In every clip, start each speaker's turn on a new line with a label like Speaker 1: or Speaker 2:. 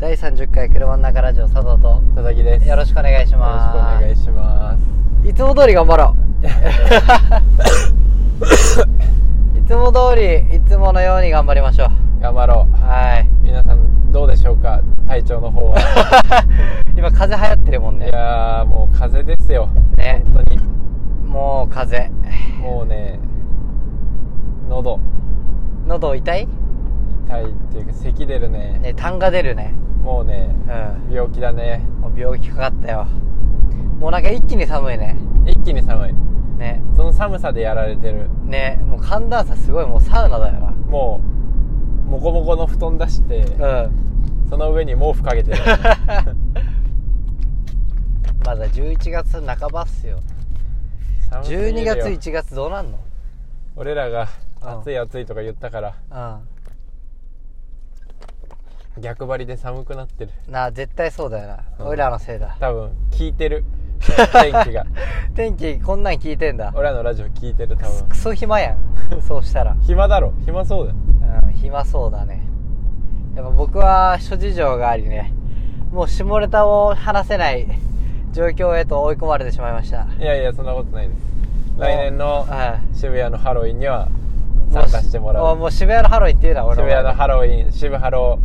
Speaker 1: 第30回車の中ラジオ佐藤と
Speaker 2: 佐々木です
Speaker 1: よろしくお願いし
Speaker 2: よろしくお
Speaker 1: ます
Speaker 2: 願いします
Speaker 1: いつも通り頑張ろう いつも通りいつものように頑張りましょう
Speaker 2: 頑張ろ
Speaker 1: はいう
Speaker 2: 皆さんどうでしょうか体調の方 は
Speaker 1: 今風邪流行ってるもん
Speaker 2: い
Speaker 1: ね
Speaker 2: やーもう風邪ですよ
Speaker 1: ね
Speaker 2: 本当に
Speaker 1: もう風邪
Speaker 2: もうね喉
Speaker 1: 喉痛い
Speaker 2: 痛いっていうか咳出るね
Speaker 1: ね痰が出るね
Speaker 2: もうね
Speaker 1: うん
Speaker 2: 病気だね
Speaker 1: もう病気かかったよもうなんか一気に寒いね
Speaker 2: 一気に寒い
Speaker 1: ね
Speaker 2: その寒さでやられてる
Speaker 1: ねもう寒暖差すごいもうサウナだよ
Speaker 2: もうモコモコの布団出して
Speaker 1: なうん
Speaker 2: その上に毛布か けてる
Speaker 1: まだ11月半ばっすよ
Speaker 2: 寒すぎるよ
Speaker 1: 12月1月どうなんの
Speaker 2: 俺らが
Speaker 1: うん
Speaker 2: 暑い暑いとか言ったから
Speaker 1: う
Speaker 2: 逆張りで寒くなってる
Speaker 1: んなあ絶対そうだよな、
Speaker 2: うん
Speaker 1: 俺らのせい だ
Speaker 2: 多分聞いてる天気 が
Speaker 1: 天気こんなん聞いてんだ
Speaker 2: 俺らのラジオ聞いてる多分
Speaker 1: クソ暇 やんそうしたら
Speaker 2: 暇だろ暇そうだよ
Speaker 1: うん暇そうだねやっぱ僕は諸事情がありねもう下ネタを話せない状況へと追い込まれてしまいました
Speaker 2: いやいやそんなことないです来年の
Speaker 1: は
Speaker 2: 渋谷のハロウィンには参加してもら
Speaker 1: もう
Speaker 2: う
Speaker 1: もう渋谷のハロウィンっていうな俺
Speaker 2: 渋谷のハ
Speaker 1: ロ
Speaker 2: ロウィン渋ハロ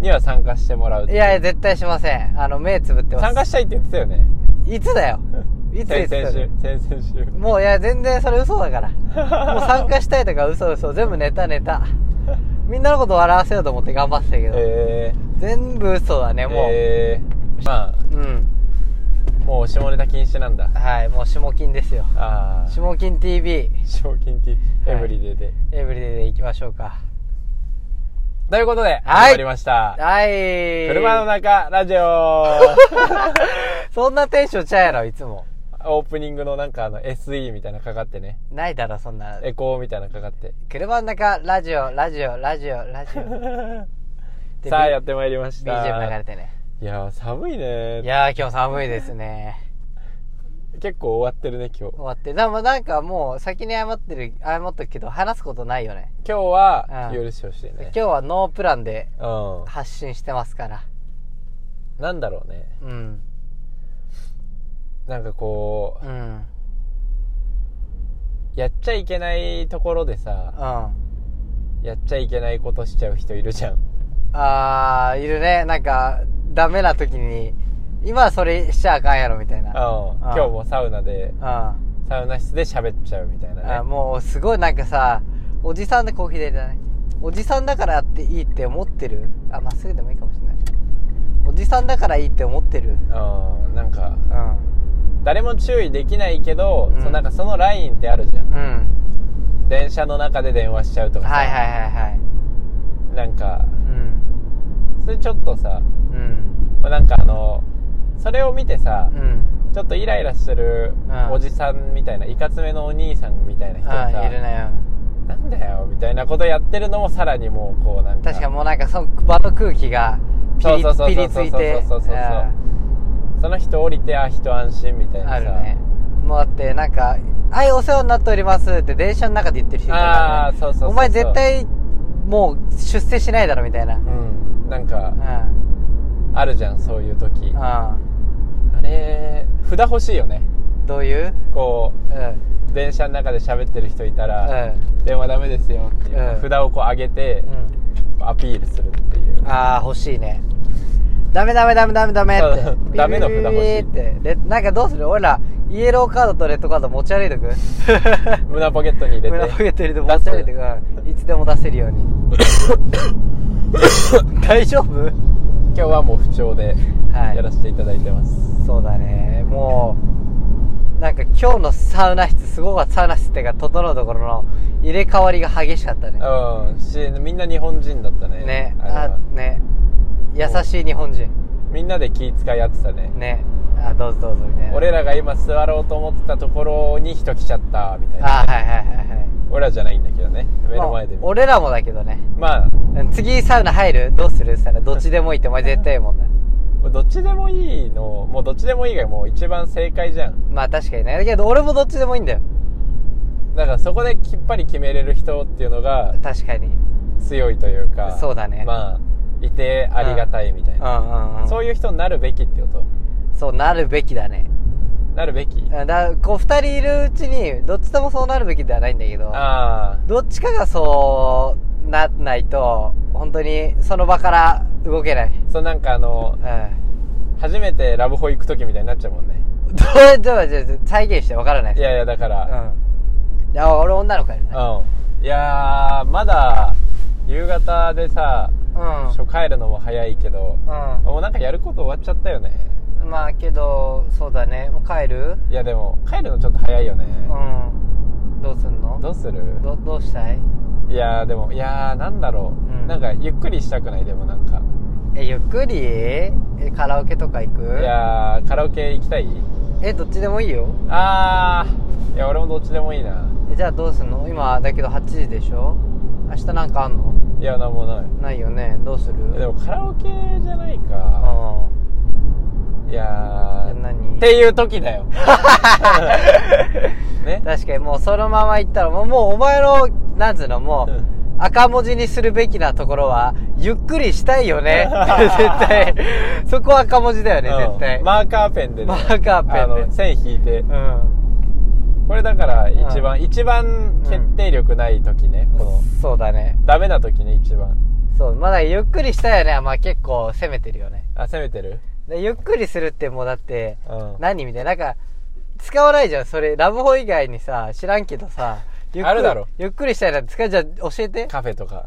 Speaker 2: には参加してもらう
Speaker 1: いやいや絶対しませんあの目つぶってます
Speaker 2: 参加したいって言ってたよね
Speaker 1: いつだよ いつ
Speaker 2: 先
Speaker 1: いつ
Speaker 2: 々
Speaker 1: だ
Speaker 2: 週
Speaker 1: よ
Speaker 2: 先々週
Speaker 1: もういや全然それ嘘 だからもう参加したいとか嘘嘘全部ネタネタみんなのこと笑わせようと思って頑張ってたけど、
Speaker 2: え
Speaker 1: 全部嘘だね
Speaker 2: ー、
Speaker 1: もう、
Speaker 2: えー、ま
Speaker 1: うん
Speaker 2: あもう下ネタ禁止なんだ
Speaker 1: はいもう下金ですよ
Speaker 2: ああ
Speaker 1: 下金 TV
Speaker 2: 賞金 T
Speaker 1: はい
Speaker 2: エブリデイで、
Speaker 1: エブリデイでいきましょうか
Speaker 2: ということで、
Speaker 1: はい
Speaker 2: 始まりました。
Speaker 1: はい
Speaker 2: 車の中ラジオ
Speaker 1: そんなテンションちゃうやろいつも
Speaker 2: オープニングのなんかあの SE みたいなのかかってね。
Speaker 1: ないだろそんな
Speaker 2: エコーみたいなのか かって。
Speaker 1: 車の中ラジオラジオラジオラ ジオで
Speaker 2: さあ、
Speaker 1: B-
Speaker 2: やってまいりました。
Speaker 1: BGM 流れてね
Speaker 2: いやー、寒い
Speaker 1: い
Speaker 2: ね。
Speaker 1: やー今日寒いですね
Speaker 2: 結構終わってるね、今日。
Speaker 1: 終わってでもなんかもう先に謝ってる謝っとくけど話すことないよね
Speaker 2: 今日は、
Speaker 1: うん
Speaker 2: 許してほしい
Speaker 1: 今
Speaker 2: ね。
Speaker 1: 日はノープランで
Speaker 2: う
Speaker 1: 発信してますから
Speaker 2: ん。なんだろうね。
Speaker 1: うん
Speaker 2: なんかこ
Speaker 1: うんうん
Speaker 2: う、やっちゃいけないところでさ、
Speaker 1: あ
Speaker 2: やっちゃいけないことしちゃう人いるじゃん。
Speaker 1: あーいるねなんかダメな時に今はそれしちゃあかんやろみたい
Speaker 2: うん。
Speaker 1: な
Speaker 2: 今日もサウナ
Speaker 1: う
Speaker 2: で、
Speaker 1: ん
Speaker 2: サウナ室で喋っちゃうみたいなね。
Speaker 1: あもうすごいなんかさおじさんでコーヒー入れたねおじさんだからっていいって思ってるあまっすぐでもいいかもしれないおじさんだからいいって思ってる
Speaker 2: うん、なん
Speaker 1: う
Speaker 2: か、
Speaker 1: ん
Speaker 2: 誰も注意できないけど、
Speaker 1: うん
Speaker 2: そのなんかそのラインってあるじゃん
Speaker 1: うん
Speaker 2: 電車の中で電話しちゃうとかさ、
Speaker 1: はいはいはいはい
Speaker 2: なんか
Speaker 1: うん
Speaker 2: それちょっとさ
Speaker 1: うん
Speaker 2: なんかあのそれを見てさ、
Speaker 1: うん。
Speaker 2: ちょっとイライラしてる
Speaker 1: うん
Speaker 2: おじさんみたいな、いかつめのお兄さんみたいな人が
Speaker 1: あ
Speaker 2: さ
Speaker 1: いるね。
Speaker 2: なんだよみたいなことやってるのもさらにもうこうなんか
Speaker 1: 確かもうなんかその場の空気がピリ
Speaker 2: そうそうそうそう
Speaker 1: ピリついて。
Speaker 2: そうそうそうそう
Speaker 1: うん
Speaker 2: その人降りてあ一安心みたいなさ
Speaker 1: あるね。もうだってなんか、はい、お世話になっておりますって電車の中で言ってる人いたから
Speaker 2: あ
Speaker 1: ね
Speaker 2: ーそうそうそうそう
Speaker 1: お前絶対もう出世しないだろみたいな。うん。
Speaker 2: うんなんか
Speaker 1: うん。
Speaker 2: あるじゃんそういう時あれ札欲しいよね
Speaker 1: どういう
Speaker 2: こ
Speaker 1: うん。うん。
Speaker 2: う電車の中で喋ってる人いたら、
Speaker 1: う
Speaker 2: 電話ダメですよっていう、
Speaker 1: うん
Speaker 2: 札をこう上げて、
Speaker 1: ん。
Speaker 2: アピールするっていう
Speaker 1: ああ、欲しいね。ダメダメダメダメダメっ
Speaker 2: そう
Speaker 1: て。
Speaker 2: ダメの札欲しい
Speaker 1: ビビビビって。で、なんかどうする俺ら、イエローカードとレッドカード持ち歩いとく
Speaker 2: 胸ポケットに入れて
Speaker 1: 胸ポケット入れて持ち歩いてうんいつでも出せるよ うに大丈夫
Speaker 2: 今日はもう不調で
Speaker 1: はい
Speaker 2: やらせていただいてます、
Speaker 1: そうだねもうなんか今日のサウナ室すごかったサウナ室っていうか整うところの入れ替わりが激しかったね
Speaker 2: うんしみんな日本人だったね
Speaker 1: ね
Speaker 2: あれは
Speaker 1: あね優しい日本人
Speaker 2: みんなで気遣い合ってたね
Speaker 1: ねあどうぞどうぞみたいな
Speaker 2: 俺らが今座ろうと思ってたところに人来ちゃったみたいな
Speaker 1: あはいはいはいはい
Speaker 2: 俺らじゃないんだけどね目の前で
Speaker 1: ま
Speaker 2: 見
Speaker 1: あ
Speaker 2: て
Speaker 1: 俺らもだけどね
Speaker 2: ま
Speaker 1: うん次サウナ入るどうするって言ったらどっちでもいいってお前絶対いいもんな
Speaker 2: あどっちでもいいのもうどっちでもいいがもう一番正解じゃん
Speaker 1: まあ確かにねだけど俺もどっちでもいいんだよ
Speaker 2: だからそこできっぱり決めれる人っていうのが
Speaker 1: 確かに
Speaker 2: 強いというか
Speaker 1: そうだね
Speaker 2: まあいてありがたいみたいな、
Speaker 1: うんうん
Speaker 2: そう
Speaker 1: い
Speaker 2: いう人になるべきってこと
Speaker 1: うんそうなるべきだね
Speaker 2: なるべき、
Speaker 1: うんだこう二人いるうちにどっちともそうなるべきではないんだけど
Speaker 2: ああ
Speaker 1: どっちかがそうならないと本当にその場から動けない
Speaker 2: そうなんかあの
Speaker 1: うん
Speaker 2: 初めてラブホ行く時みたいになっちゃうもんね
Speaker 1: どうどうどう再現してわからない
Speaker 2: いやいやだから
Speaker 1: うんいや俺女の子やる
Speaker 2: う
Speaker 1: ね
Speaker 2: んいやーまだ夕方でさ、
Speaker 1: うん
Speaker 2: 初帰るのも早いけど、
Speaker 1: う
Speaker 2: もうなんかやること終わっちゃったよね
Speaker 1: んまあけどそうだねもう帰る
Speaker 2: いやでも帰るのちょっと早いよね、
Speaker 1: うんどうすんの
Speaker 2: どうする
Speaker 1: どどうしたい
Speaker 2: いやーでもいやーなんだろう、
Speaker 1: うん
Speaker 2: なんかゆっくりしたくないでもなんか
Speaker 1: えゆっくりえカラオケとか行く
Speaker 2: いやーカラオケ行きたい
Speaker 1: えどっちでもいいよ
Speaker 2: あーいや俺もどっちでもいいな
Speaker 1: えじゃあどうすんの今だけど8時でしょ明日なんかあんの
Speaker 2: いやなんもない
Speaker 1: ないよねどうする
Speaker 2: いやでもカラオケじゃない
Speaker 1: うん
Speaker 2: かいや
Speaker 1: じゃあ
Speaker 2: ー
Speaker 1: 何
Speaker 2: っていう時 だよね
Speaker 1: 確かにもうそのまま行ったらもうもうお前のなんつうのも
Speaker 2: う
Speaker 1: うん赤文字にするべきなところはゆっくりしたいよ ね絶対そこは赤文字だよね、
Speaker 2: うん
Speaker 1: 絶対
Speaker 2: マーカーペンでね
Speaker 1: マーカーペンで
Speaker 2: あの線引いて
Speaker 1: うん
Speaker 2: これだから一番、
Speaker 1: う
Speaker 2: 一番決定力ない時ね、この
Speaker 1: そうだね
Speaker 2: ダメな時ね一番
Speaker 1: そうまだゆっくりしたよねまあ結構攻めてるよね
Speaker 2: あ攻めてる
Speaker 1: でゆっくりするってもうだって
Speaker 2: うん
Speaker 1: 何みたいななんか使わないじゃんそれラブホ以外にさ知らんけどさゆっくり
Speaker 2: あるだろ
Speaker 1: ゆっくりしたいなんて使うじゃあ教えて
Speaker 2: カフェとか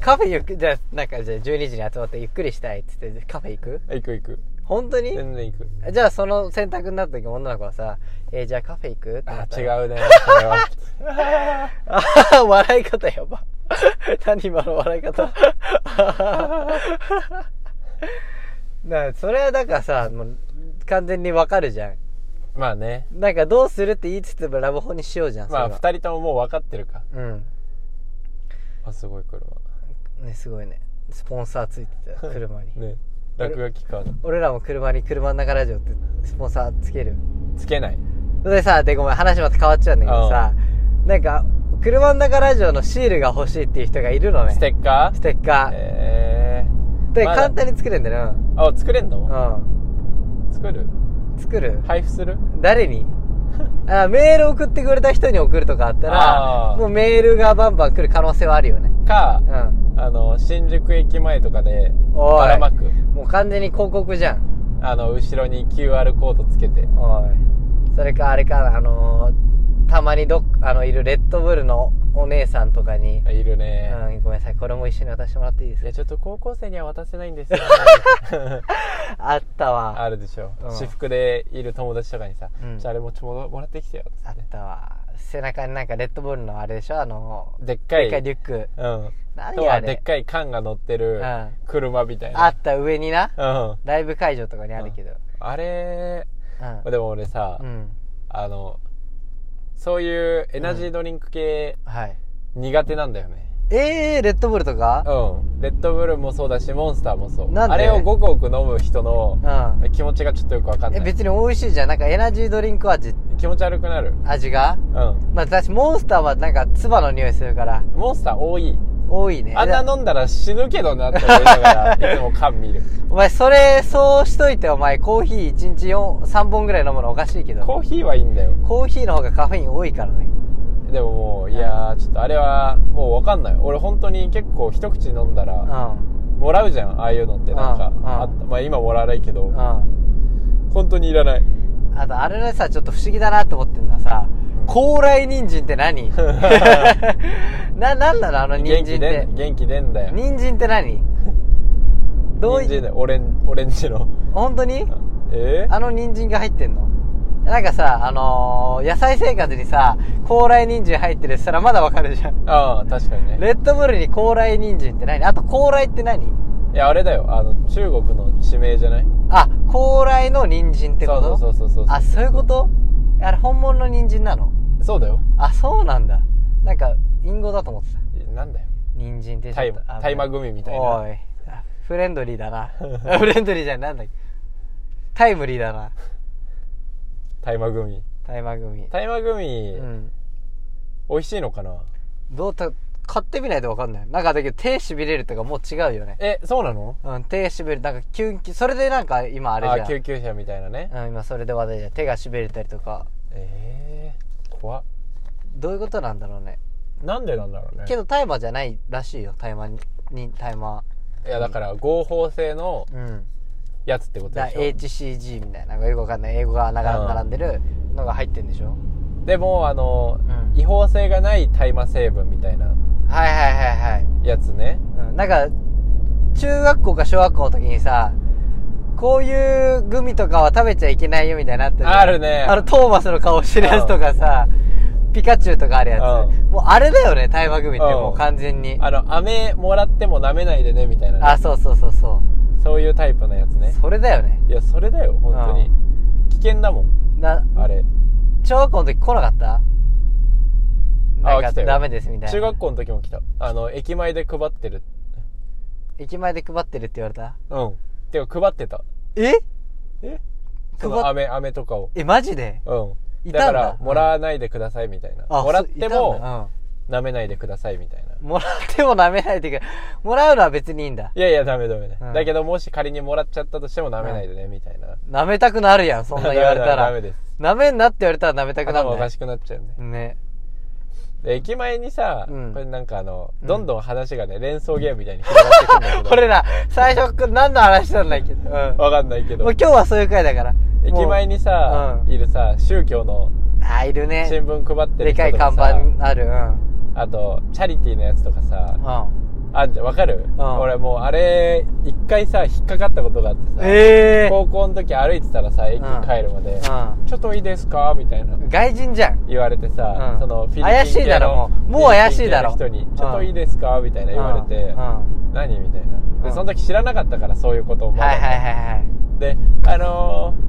Speaker 1: カフェゆっくりじゃあなんかじゃあ12時に集まってゆっくりしたいっつってカフェ行く
Speaker 2: 行く行く
Speaker 1: 本当に
Speaker 2: 全然行く
Speaker 1: じゃあその選択になった時女の子はさ「えーじゃあカフェ行く?」ってな
Speaker 2: あ
Speaker 1: った
Speaker 2: 違
Speaker 1: ら
Speaker 2: うねそれは
Speaker 1: あはは笑い方やば 何今の笑い方 なそれはだからさもう完全にわかるじゃん
Speaker 2: まあね
Speaker 1: なんかどうするって言いつつもラブホにしようじゃん
Speaker 2: まあ
Speaker 1: それは
Speaker 2: 二人とももう分かってるか
Speaker 1: うん
Speaker 2: あすごい車
Speaker 1: ねすごいねスポンサーついてた車に、
Speaker 2: ね落書きか
Speaker 1: 俺らも車に車の中ラジオってスポンサーつける
Speaker 2: つけない
Speaker 1: それでさでごめん話また変わっちゃうんだけどさなんか車の中ラジオのシールが欲しいっていう人がいるのね
Speaker 2: ステッカ
Speaker 1: ス
Speaker 2: ー
Speaker 1: テッカー、
Speaker 2: えー
Speaker 1: で、
Speaker 2: まだ
Speaker 1: 簡単に作れんだよ
Speaker 2: あ作れんの
Speaker 1: なうん、
Speaker 2: 作る
Speaker 1: うん、作る
Speaker 2: 配布する
Speaker 1: 誰 にあメール送ってくれた人に送るとかあった
Speaker 2: あ
Speaker 1: ら
Speaker 2: ー
Speaker 1: もうメールがバンバン来る可能性はあるよね
Speaker 2: か
Speaker 1: うん
Speaker 2: あの新宿駅前とかで
Speaker 1: おい
Speaker 2: ばらまく
Speaker 1: もう完全に広告じゃん
Speaker 2: あの後ろに QR コードつけて
Speaker 1: おいそれかあれかなあのーたまにどっあのいるレッドブルのお姉さんとかに、
Speaker 2: あいるね
Speaker 1: うん、ごめんなさいこれも一緒に渡してもらっていいです
Speaker 2: い
Speaker 1: か
Speaker 2: やちょっと高校生には渡せない んですよね
Speaker 1: あったわ
Speaker 2: あるでしょ
Speaker 1: うん
Speaker 2: 私服でいる友達とかにさ
Speaker 1: うん
Speaker 2: じゃああれもちょもらってきてよっ
Speaker 1: あ
Speaker 2: つっ
Speaker 1: ってたわ背中になんかレッドブルのあれでしょあの
Speaker 2: でっか
Speaker 1: でっ
Speaker 2: い
Speaker 1: かいリュック
Speaker 2: うん
Speaker 1: 何
Speaker 2: と
Speaker 1: あ
Speaker 2: は
Speaker 1: れ
Speaker 2: でっかい缶が乗ってる
Speaker 1: うん
Speaker 2: 車みたい
Speaker 1: あ
Speaker 2: な
Speaker 1: った上にな
Speaker 2: うん
Speaker 1: ライブ会場とかにあるけど
Speaker 2: あれ
Speaker 1: う
Speaker 2: でも俺さ
Speaker 1: ん、うん、
Speaker 2: あのそういうエナジードリンク系
Speaker 1: はい
Speaker 2: 苦手なんだよね
Speaker 1: ええー、レッドブルとか
Speaker 2: うんレッドブルもそうだしモンスターもそう
Speaker 1: なんで
Speaker 2: あれをごくごく飲む人の
Speaker 1: うん
Speaker 2: 気持ちがちょっとよくわかん
Speaker 1: え
Speaker 2: ない
Speaker 1: 別に美味しいじゃんなんかエナジードリンク味
Speaker 2: 気持ち悪くなる
Speaker 1: 味が
Speaker 2: うん
Speaker 1: まあ私モンスターはなんか唾の匂いするから
Speaker 2: モンスター多い
Speaker 1: 多いね
Speaker 2: あんな飲んだら死ぬけどなって思いなが らいつも缶見る
Speaker 1: お前それそうしといてお前コーヒー1日4 3本ぐらい飲むのおかしいけど
Speaker 2: コーヒーはいいんだよ
Speaker 1: コーヒーの方がカフェイン多いからね
Speaker 2: でももういやーちょっとあれはもうわかんない俺本当に結構一口飲んだ
Speaker 1: う
Speaker 2: ら
Speaker 1: ん
Speaker 2: もらうじゃんああいうのってなんか
Speaker 1: うんうん
Speaker 2: あったまあ今もらわないけ
Speaker 1: う
Speaker 2: ど
Speaker 1: ん
Speaker 2: 本当にいらない
Speaker 1: あとあれのさちょっと不思議だなって思ってんのはさ
Speaker 2: うん
Speaker 1: 高麗人参って 何 な、なんなのあの人
Speaker 2: 元
Speaker 1: 参
Speaker 2: 気
Speaker 1: っ
Speaker 2: で
Speaker 1: て
Speaker 2: ん元気出んだよ
Speaker 1: 人参って何どう
Speaker 2: 人
Speaker 1: い
Speaker 2: 参だよオレンオレンジの
Speaker 1: 本当に
Speaker 2: え
Speaker 1: あの人参が入ってんのなんかさ、あのー野菜生活にさ、高麗人参入ってるっつったらまだわかるじゃん。
Speaker 2: ああ確かにね
Speaker 1: レッドブルに高麗人参って何あと高麗って何
Speaker 2: いやあれだよあの中国の地名じゃない
Speaker 1: あ、高麗の人参ってこと
Speaker 2: そうそうそうそうそう
Speaker 1: あ、そういうことあれ本物の人参なの
Speaker 2: そうだよ
Speaker 1: あ、そうなんだ。なんか、インゴだと思ってた。
Speaker 2: なんだよ
Speaker 1: 人参って
Speaker 2: タイタイマ
Speaker 1: グ
Speaker 2: グミみたい
Speaker 1: お。
Speaker 2: ない
Speaker 1: あフレンドリーだな。 あフレンドリーじゃないなんだっけタイムリーだな。
Speaker 2: タイマグミ
Speaker 1: タイマグミ。
Speaker 2: タイマグミ、
Speaker 1: うん。
Speaker 2: 美味しいのかな
Speaker 1: どうた買ってみないとわかんない。なんかだけど手痺れるとかもう違うよね。
Speaker 2: えそうなの
Speaker 1: うん、手痺れる。なんかキュンキュン。それでなんか今あ
Speaker 2: あ
Speaker 1: れじゃん。
Speaker 2: 救急車みたいなね
Speaker 1: うん、今それで話題じゃん。手が痺れたりとか。
Speaker 2: ええー、怖っ
Speaker 1: どういうことなんだろうね。
Speaker 2: なんでなんだろうね
Speaker 1: けど大麻じゃないらしいよ。大麻に、に大麻。
Speaker 2: いやだから合法性の
Speaker 1: うん。
Speaker 2: やつってこと
Speaker 1: だ
Speaker 2: でしょ
Speaker 1: HCG みたいな。なんかよくわかんない。英語がながら並んでるのが入ってんでしょ
Speaker 2: でもあの、
Speaker 1: うん
Speaker 2: 違法性がない大麻成分みたいな
Speaker 1: はいはいはいはい。
Speaker 2: やつね
Speaker 1: うん、なんか、中学校か小学校の時にさ、こういうグミとかは食べちゃいけないよみたいなのあったじゃん
Speaker 2: あるね
Speaker 1: あの、トーマスの顔してるやつとかさ、ピカチュウとかあるやつ。
Speaker 2: う
Speaker 1: もうあれだよね、大麻グミって
Speaker 2: うん
Speaker 1: もう完全に。
Speaker 2: あの飴もらっても舐めないでねみたいな、ね、
Speaker 1: あ、そうそうそうそ
Speaker 2: そういうタイプのやつ
Speaker 1: う。
Speaker 2: ね
Speaker 1: それだよね。
Speaker 2: いやそれだよ本当に
Speaker 1: う
Speaker 2: 危険だもん
Speaker 1: な、
Speaker 2: あれ
Speaker 1: 小学校の時来なかったなん
Speaker 2: 来た
Speaker 1: か
Speaker 2: よ
Speaker 1: ダメですみたいな。
Speaker 2: 中学校の時も来たあの駅前で配ってる
Speaker 1: 駅前で配ってるって言われた
Speaker 2: うんてか配ってた
Speaker 1: え
Speaker 2: え
Speaker 1: 配
Speaker 2: その飴飴とかを
Speaker 1: え、マジで
Speaker 2: うん
Speaker 1: いたん
Speaker 2: だ
Speaker 1: だ
Speaker 2: からもらわないでくださいみたいな、
Speaker 1: あ
Speaker 2: もらっ
Speaker 1: そういた
Speaker 2: て
Speaker 1: んだ
Speaker 2: も舐めないでくださいみたいな
Speaker 1: うんもらっても舐めないというか、もらうのは別にいいんだ。
Speaker 2: いやいやダメダメ、
Speaker 1: うん
Speaker 2: だけどもし仮にもらっちゃったとしても舐めないでね、みたいな
Speaker 1: 舐めたくなるやん、そんな言われ た
Speaker 2: ダメ
Speaker 1: ら。
Speaker 2: です
Speaker 1: 舐めんなって言われたら舐めたくなる、
Speaker 2: 頭おか
Speaker 1: ね。
Speaker 2: しくなっちゃうね
Speaker 1: ね。
Speaker 2: で駅前にさ、
Speaker 1: うん
Speaker 2: これなんかあの、
Speaker 1: うん
Speaker 2: どんどん話がね連想ゲームみたいに広がってくんだけど
Speaker 1: 俺ら、最初何の話したんだっけど。うん。もう
Speaker 2: わかんないけど
Speaker 1: 今日はそういう回だから。
Speaker 2: 駅前
Speaker 1: に。
Speaker 2: にさ、
Speaker 1: うん
Speaker 2: いるさ宗教の
Speaker 1: あ、いる
Speaker 2: 新
Speaker 1: ね。
Speaker 2: 聞配ってる
Speaker 1: でか
Speaker 2: 人
Speaker 1: い
Speaker 2: とか
Speaker 1: 看
Speaker 2: さ
Speaker 1: 板ある。うん。
Speaker 2: あとチャリティーのやつとかさ
Speaker 1: うん。
Speaker 2: あんじゃんわかる、
Speaker 1: ん
Speaker 2: 俺もうあれ一回さ引っかかったことがあってさ、
Speaker 1: ええ
Speaker 2: 高校の時歩いてたらさ駅
Speaker 1: うん
Speaker 2: 帰るまで、
Speaker 1: う。
Speaker 2: ちょっといいですかみたいなん
Speaker 1: 外人じゃん。
Speaker 2: 言われてさ、
Speaker 1: うん
Speaker 2: そのフィリピン系の
Speaker 1: 怪しいだろもうもう怪しいだろ
Speaker 2: フィリピン系
Speaker 1: うん
Speaker 2: の人に「ちょっといいですか?」みたいな言われて
Speaker 1: うん。うん
Speaker 2: 「何?」みたいな
Speaker 1: う
Speaker 2: で
Speaker 1: ん
Speaker 2: その時知らなかったからそういうことをまだ
Speaker 1: はいはいはいはい。
Speaker 2: で「あのー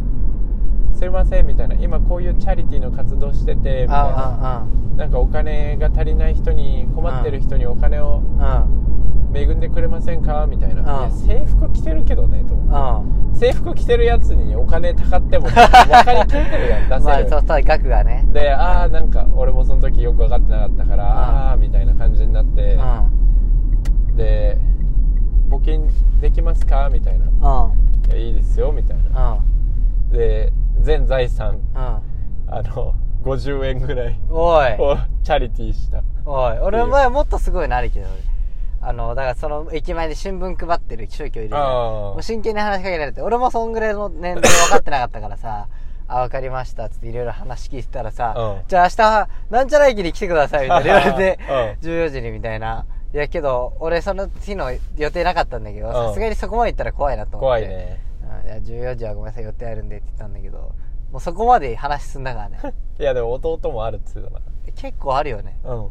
Speaker 2: すいません」みたいな「今こういうチャリティーの活動してて」みたいな
Speaker 1: う
Speaker 2: 「なんかお金が足りない人に困ってる人にお金を
Speaker 1: んうんうん。
Speaker 2: 恵んでくれませんか?」みたいな
Speaker 1: う
Speaker 2: 「
Speaker 1: ん
Speaker 2: いや制服着てるけどね」と思って
Speaker 1: うん。うん。
Speaker 2: 制服着てるやつにお金たかってもバカに聞いてるやん出
Speaker 1: ま
Speaker 2: せ
Speaker 1: あ、
Speaker 2: る、
Speaker 1: そうそう、額がね。
Speaker 2: でああなんか俺もその時よく分かってなかったから、
Speaker 1: うん
Speaker 2: ああみたいな感じになって
Speaker 1: うん。う、ん。
Speaker 2: で「募金できますか?」みたいな「い
Speaker 1: うん。
Speaker 2: やいいですよ」みたいなで全財産
Speaker 1: うん。
Speaker 2: あの50円ぐらい
Speaker 1: おい。
Speaker 2: を チャリティーした
Speaker 1: おい俺前もっとすごいのあるけど俺あのだからその駅前で新聞配ってる宗教いるじゃん
Speaker 2: あ
Speaker 1: もう
Speaker 2: ー
Speaker 1: 真剣に話しかけられて俺もそんぐらいの年齢分かってなかったからさ あ分かりましたっつっていろいろ話聞いてたらさ、
Speaker 2: うん
Speaker 1: じゃあ明日なんちゃら駅に来てくださいみたいな言われて
Speaker 2: う
Speaker 1: 14時にみたいないやけど俺その日の予定なかったんだけど
Speaker 2: うん
Speaker 1: さすがにそこまで行ったら怖いなと思って
Speaker 2: 怖いね
Speaker 1: うんいや14時はごめんなさい予定あるんでって言ったんだけどもうそこまで話進んだからね
Speaker 2: いやでも弟もあるっつうだな
Speaker 1: 結構あるよね
Speaker 2: うん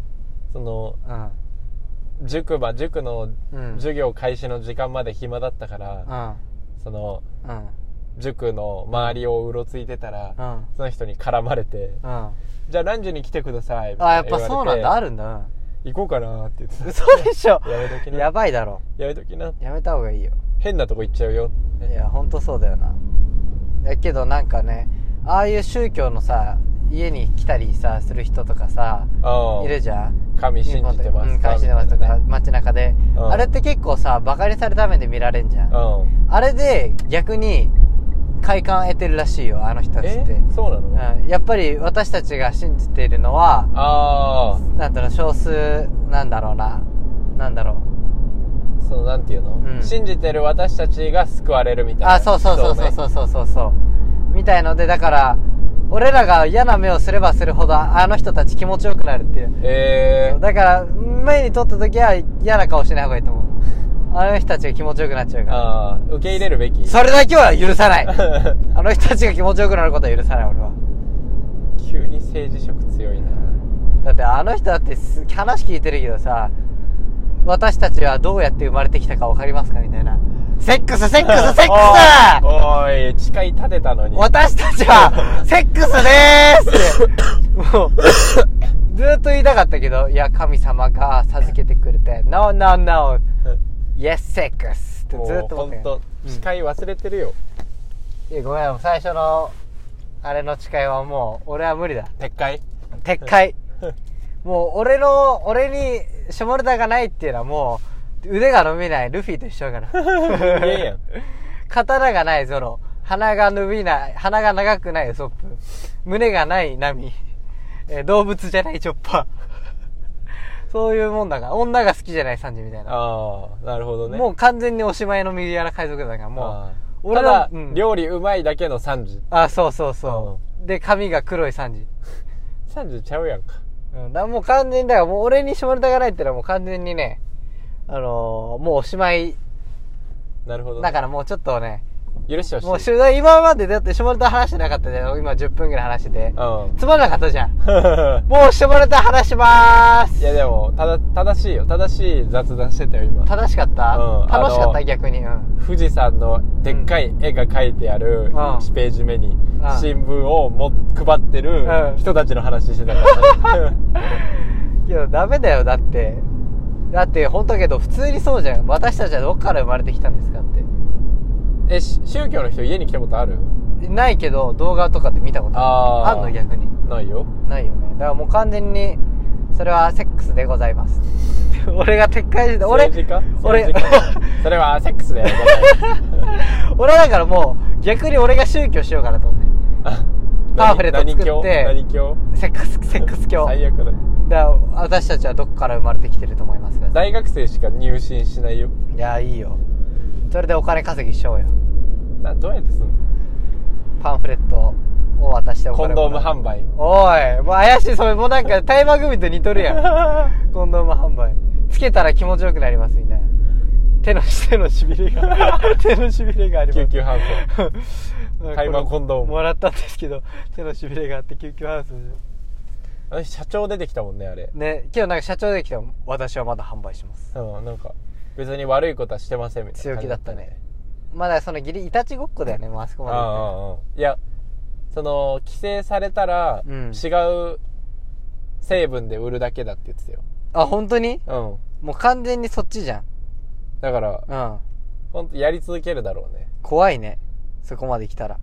Speaker 2: その
Speaker 1: うん
Speaker 2: 塾ば塾の
Speaker 1: うん
Speaker 2: 授業開始の時間まで暇だったから、
Speaker 1: うん
Speaker 2: その
Speaker 1: うん
Speaker 2: 塾の周りをうろついてたら、
Speaker 1: うん
Speaker 2: その人に絡まれて
Speaker 1: うん。あ、
Speaker 2: 「じゃあ何時に来てください」みたいな
Speaker 1: やっぱそうなんだ。あ
Speaker 2: る
Speaker 1: るんだ。う
Speaker 2: 行こうかなって言って
Speaker 1: ん
Speaker 2: た
Speaker 1: 嘘でしょ。
Speaker 2: やめときな
Speaker 1: やばいだろ。
Speaker 2: やめときな
Speaker 1: やめた方がいいよ。
Speaker 2: 変なとこ行っちゃうよ
Speaker 1: いや、ほんとそうだよな。だけどなんかね、ああいう宗教のさ、家に来たりさ、する人とかさ、
Speaker 2: ああ
Speaker 1: いるじゃん。
Speaker 2: 神信じてま
Speaker 1: う
Speaker 2: す
Speaker 1: ん、
Speaker 2: か
Speaker 1: 信じてますと
Speaker 2: みたい
Speaker 1: か、
Speaker 2: なね
Speaker 1: 街中で。
Speaker 2: うん
Speaker 1: あれって結構さ、バカにされた目で見られんじゃん。
Speaker 2: うん
Speaker 1: あれで逆に、快感得てるらしいよ、あの人たちっ
Speaker 2: え
Speaker 1: て。
Speaker 2: そうなの、あ
Speaker 1: うん、やっぱり私たちが信じているのは、
Speaker 2: あ
Speaker 1: なんだろう少数なんだろうななんだろ
Speaker 2: そのなんていうの、
Speaker 1: うん
Speaker 2: 信じてる私たちが救われるみ
Speaker 1: う
Speaker 2: たいな
Speaker 1: あそうそうそうそう
Speaker 2: う
Speaker 1: そうそうそうそうみたいのでだから俺らが嫌な目をすればするほどあの人たち気持ちよくなるっていう
Speaker 2: え
Speaker 1: だから目に取った時は嫌な顔しない方がいいと思うあの人たちが気持ちよくなっちゃう
Speaker 2: ー、
Speaker 1: から
Speaker 2: ああ受け入れるべき
Speaker 1: それだけは許さないあの人たちが気持ちよくなることは許さない俺は
Speaker 2: 急に政治色強いな
Speaker 1: だってあの人だってす話聞いてるけどさ私たちはどうやって生まれてきたか分かりますかみたいなセックスセックス セックス
Speaker 2: おーおい誓い立てたのに
Speaker 1: 私たちは、セックスでーすって、もう、ずーっと言いたかったけど、いや、神様が授けてくれ て、No, no, no, yes, sex! って
Speaker 2: もう
Speaker 1: ずーっと思って
Speaker 2: ほんと誓い忘れてるよ、
Speaker 1: いや、ごめん、最初の、あれの誓いは もう、俺は無理だ。
Speaker 2: 撤回
Speaker 1: 撤回。もう、俺の、俺に、ショモルダーがないっていうのはもう、腕が伸びないルフィと一緒だから。
Speaker 2: 人間やん。
Speaker 1: 刀がないゾロ。鼻が伸びない、鼻が長くないウソップ。胸がないナミ。えー動物じゃないチョッパー。そういうもんだから。女が好きじゃないサンジみたいな。
Speaker 2: ああ、なるほどね。
Speaker 1: もう完全におしまいの右側海賊だから、も
Speaker 2: あー
Speaker 1: う。俺
Speaker 2: ただ
Speaker 1: ら、、うん
Speaker 2: 料理うまいだけの3時。
Speaker 1: あ、そうそうそう。で、髪が黒いサンジ。
Speaker 2: 3時ちゃうやんか。
Speaker 1: うん、だからもう完全に、だからもう俺に絞りたがないってのはもう完全にね、あのーもうおしまい。
Speaker 2: なるほど、ね。
Speaker 1: だからもうちょっとね、
Speaker 2: 許してほしい。
Speaker 1: もう取材今までだって絞りた話してなかったじゃん。今10分ぐらい話してて。
Speaker 2: う
Speaker 1: つまらなかったじゃん。
Speaker 2: ん。
Speaker 1: もう絞りた話しまー
Speaker 2: い
Speaker 1: す。
Speaker 2: やでも、ただ、正しいよ。正しい雑談してたよ、今。
Speaker 1: 正しかった、
Speaker 2: うん
Speaker 1: 楽しかっ
Speaker 2: あ
Speaker 1: た
Speaker 2: の
Speaker 1: 逆に。うん。
Speaker 2: 富士山のでっかい絵が描いてある
Speaker 1: ん
Speaker 2: 1ページ目に
Speaker 1: ん
Speaker 2: 新聞をも配ってる
Speaker 1: うん
Speaker 2: 人たちの話してたからね
Speaker 1: いや、ダメだよ、だって。だって、本当だけど、普通にそうじゃん。私たちはどっから生まれてきたんですかっ
Speaker 2: えし宗教の人家に来たことある
Speaker 1: て。ないけど、動画とかって見たことある。
Speaker 2: あ
Speaker 1: あ
Speaker 2: ー
Speaker 1: んの逆に。
Speaker 2: ないよ
Speaker 1: ないよね。だからもう完全に、それはセックスでございます。 俺が撤回して、俺、
Speaker 2: 政治家
Speaker 1: 俺
Speaker 2: 政治家それはセックスでございます
Speaker 1: 俺はだからもう、逆に俺が宗教しようかなと思って。
Speaker 2: あ
Speaker 1: パンフレット作って
Speaker 2: 何教何教
Speaker 1: セックス、セックス教。
Speaker 2: 最悪だ
Speaker 1: だから私たちはどこから生まれてきてると思いますが。
Speaker 2: 大学生しか入信しないよ
Speaker 1: いや、いいよ。それでお金稼ぎしようよ。
Speaker 2: などうやってすんの
Speaker 1: パンフレットを渡してお
Speaker 2: コ
Speaker 1: 金
Speaker 2: ンドー
Speaker 1: も
Speaker 2: ム
Speaker 1: らう
Speaker 2: 販 売
Speaker 1: おい、もう怪しい、それもうなんか、タイマー組と似とる やん。コンドーム販売。つけたら気持ちよくなります、みたいな。手の、手のしびれ が、手のしびれがあります。
Speaker 2: 救急搬送
Speaker 1: うん
Speaker 2: タイマーコンドーム
Speaker 1: もらったんですけど、手のしびれがあって救急搬送
Speaker 2: あの社長出てきたもんねあれ
Speaker 1: ね、今日なんか社長で来ても、私はまだ販売します。
Speaker 2: うんなんか別に悪いことはしてませんみたいな
Speaker 1: 強
Speaker 2: 感
Speaker 1: 気
Speaker 2: じ
Speaker 1: だったね。まだそのギリ、いたちごっこだよね、もうあそこまで
Speaker 2: あ
Speaker 1: 行っ
Speaker 2: あああああいやその規制されたら、
Speaker 1: うん
Speaker 2: 違う成分で売るだけだって言ってたよ
Speaker 1: たら。あ、本当に
Speaker 2: うん
Speaker 1: もう完全にそっちじゃん。
Speaker 2: だから
Speaker 1: うん。
Speaker 2: 本当やり続けるだろうね
Speaker 1: 怖いね。そこまで来たら。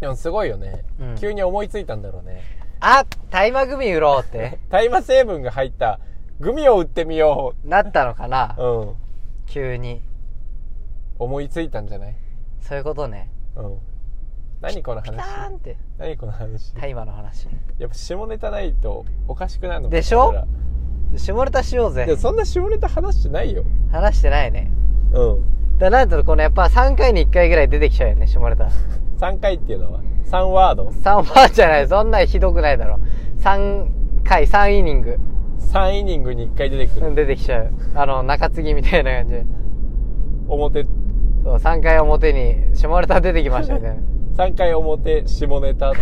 Speaker 2: でもすごいよね、
Speaker 1: うん
Speaker 2: 急に思いついたんだろうね
Speaker 1: あ、タイマーグミ売ろうって。
Speaker 2: 大麻成分が入ったグミを売ってみよ
Speaker 1: なったのか
Speaker 2: う
Speaker 1: な
Speaker 2: うん
Speaker 1: 急に。
Speaker 2: 思いついたんじゃない
Speaker 1: そういうことね。
Speaker 2: うん何この
Speaker 1: ピタ
Speaker 2: 話
Speaker 1: ーンって。
Speaker 2: 何この話
Speaker 1: タイマーの話。
Speaker 2: やっぱ下ネタないとおかしくなるのか
Speaker 1: でしょ
Speaker 2: 俺ら
Speaker 1: 下ネタしよう
Speaker 2: いや
Speaker 1: ぜ。
Speaker 2: そんな下ネタ話してないよ
Speaker 1: 話してないね。
Speaker 2: うん
Speaker 1: だからなんだろう、このやっぱ3回に1回ぐらい出てきちゃうよね、下ネタ。
Speaker 2: 3回っていうのは3ワード
Speaker 1: 3番じゃない、そんなひどくないだろ。3回、3イニング。
Speaker 2: 3イニングに1回出てくる、
Speaker 1: うん出てきちゃう。あの、中継ぎみたいな感じで。
Speaker 2: 表
Speaker 1: そう、3回表に下ネタ出てきましたみ たいな。
Speaker 2: 3回表下 ネタ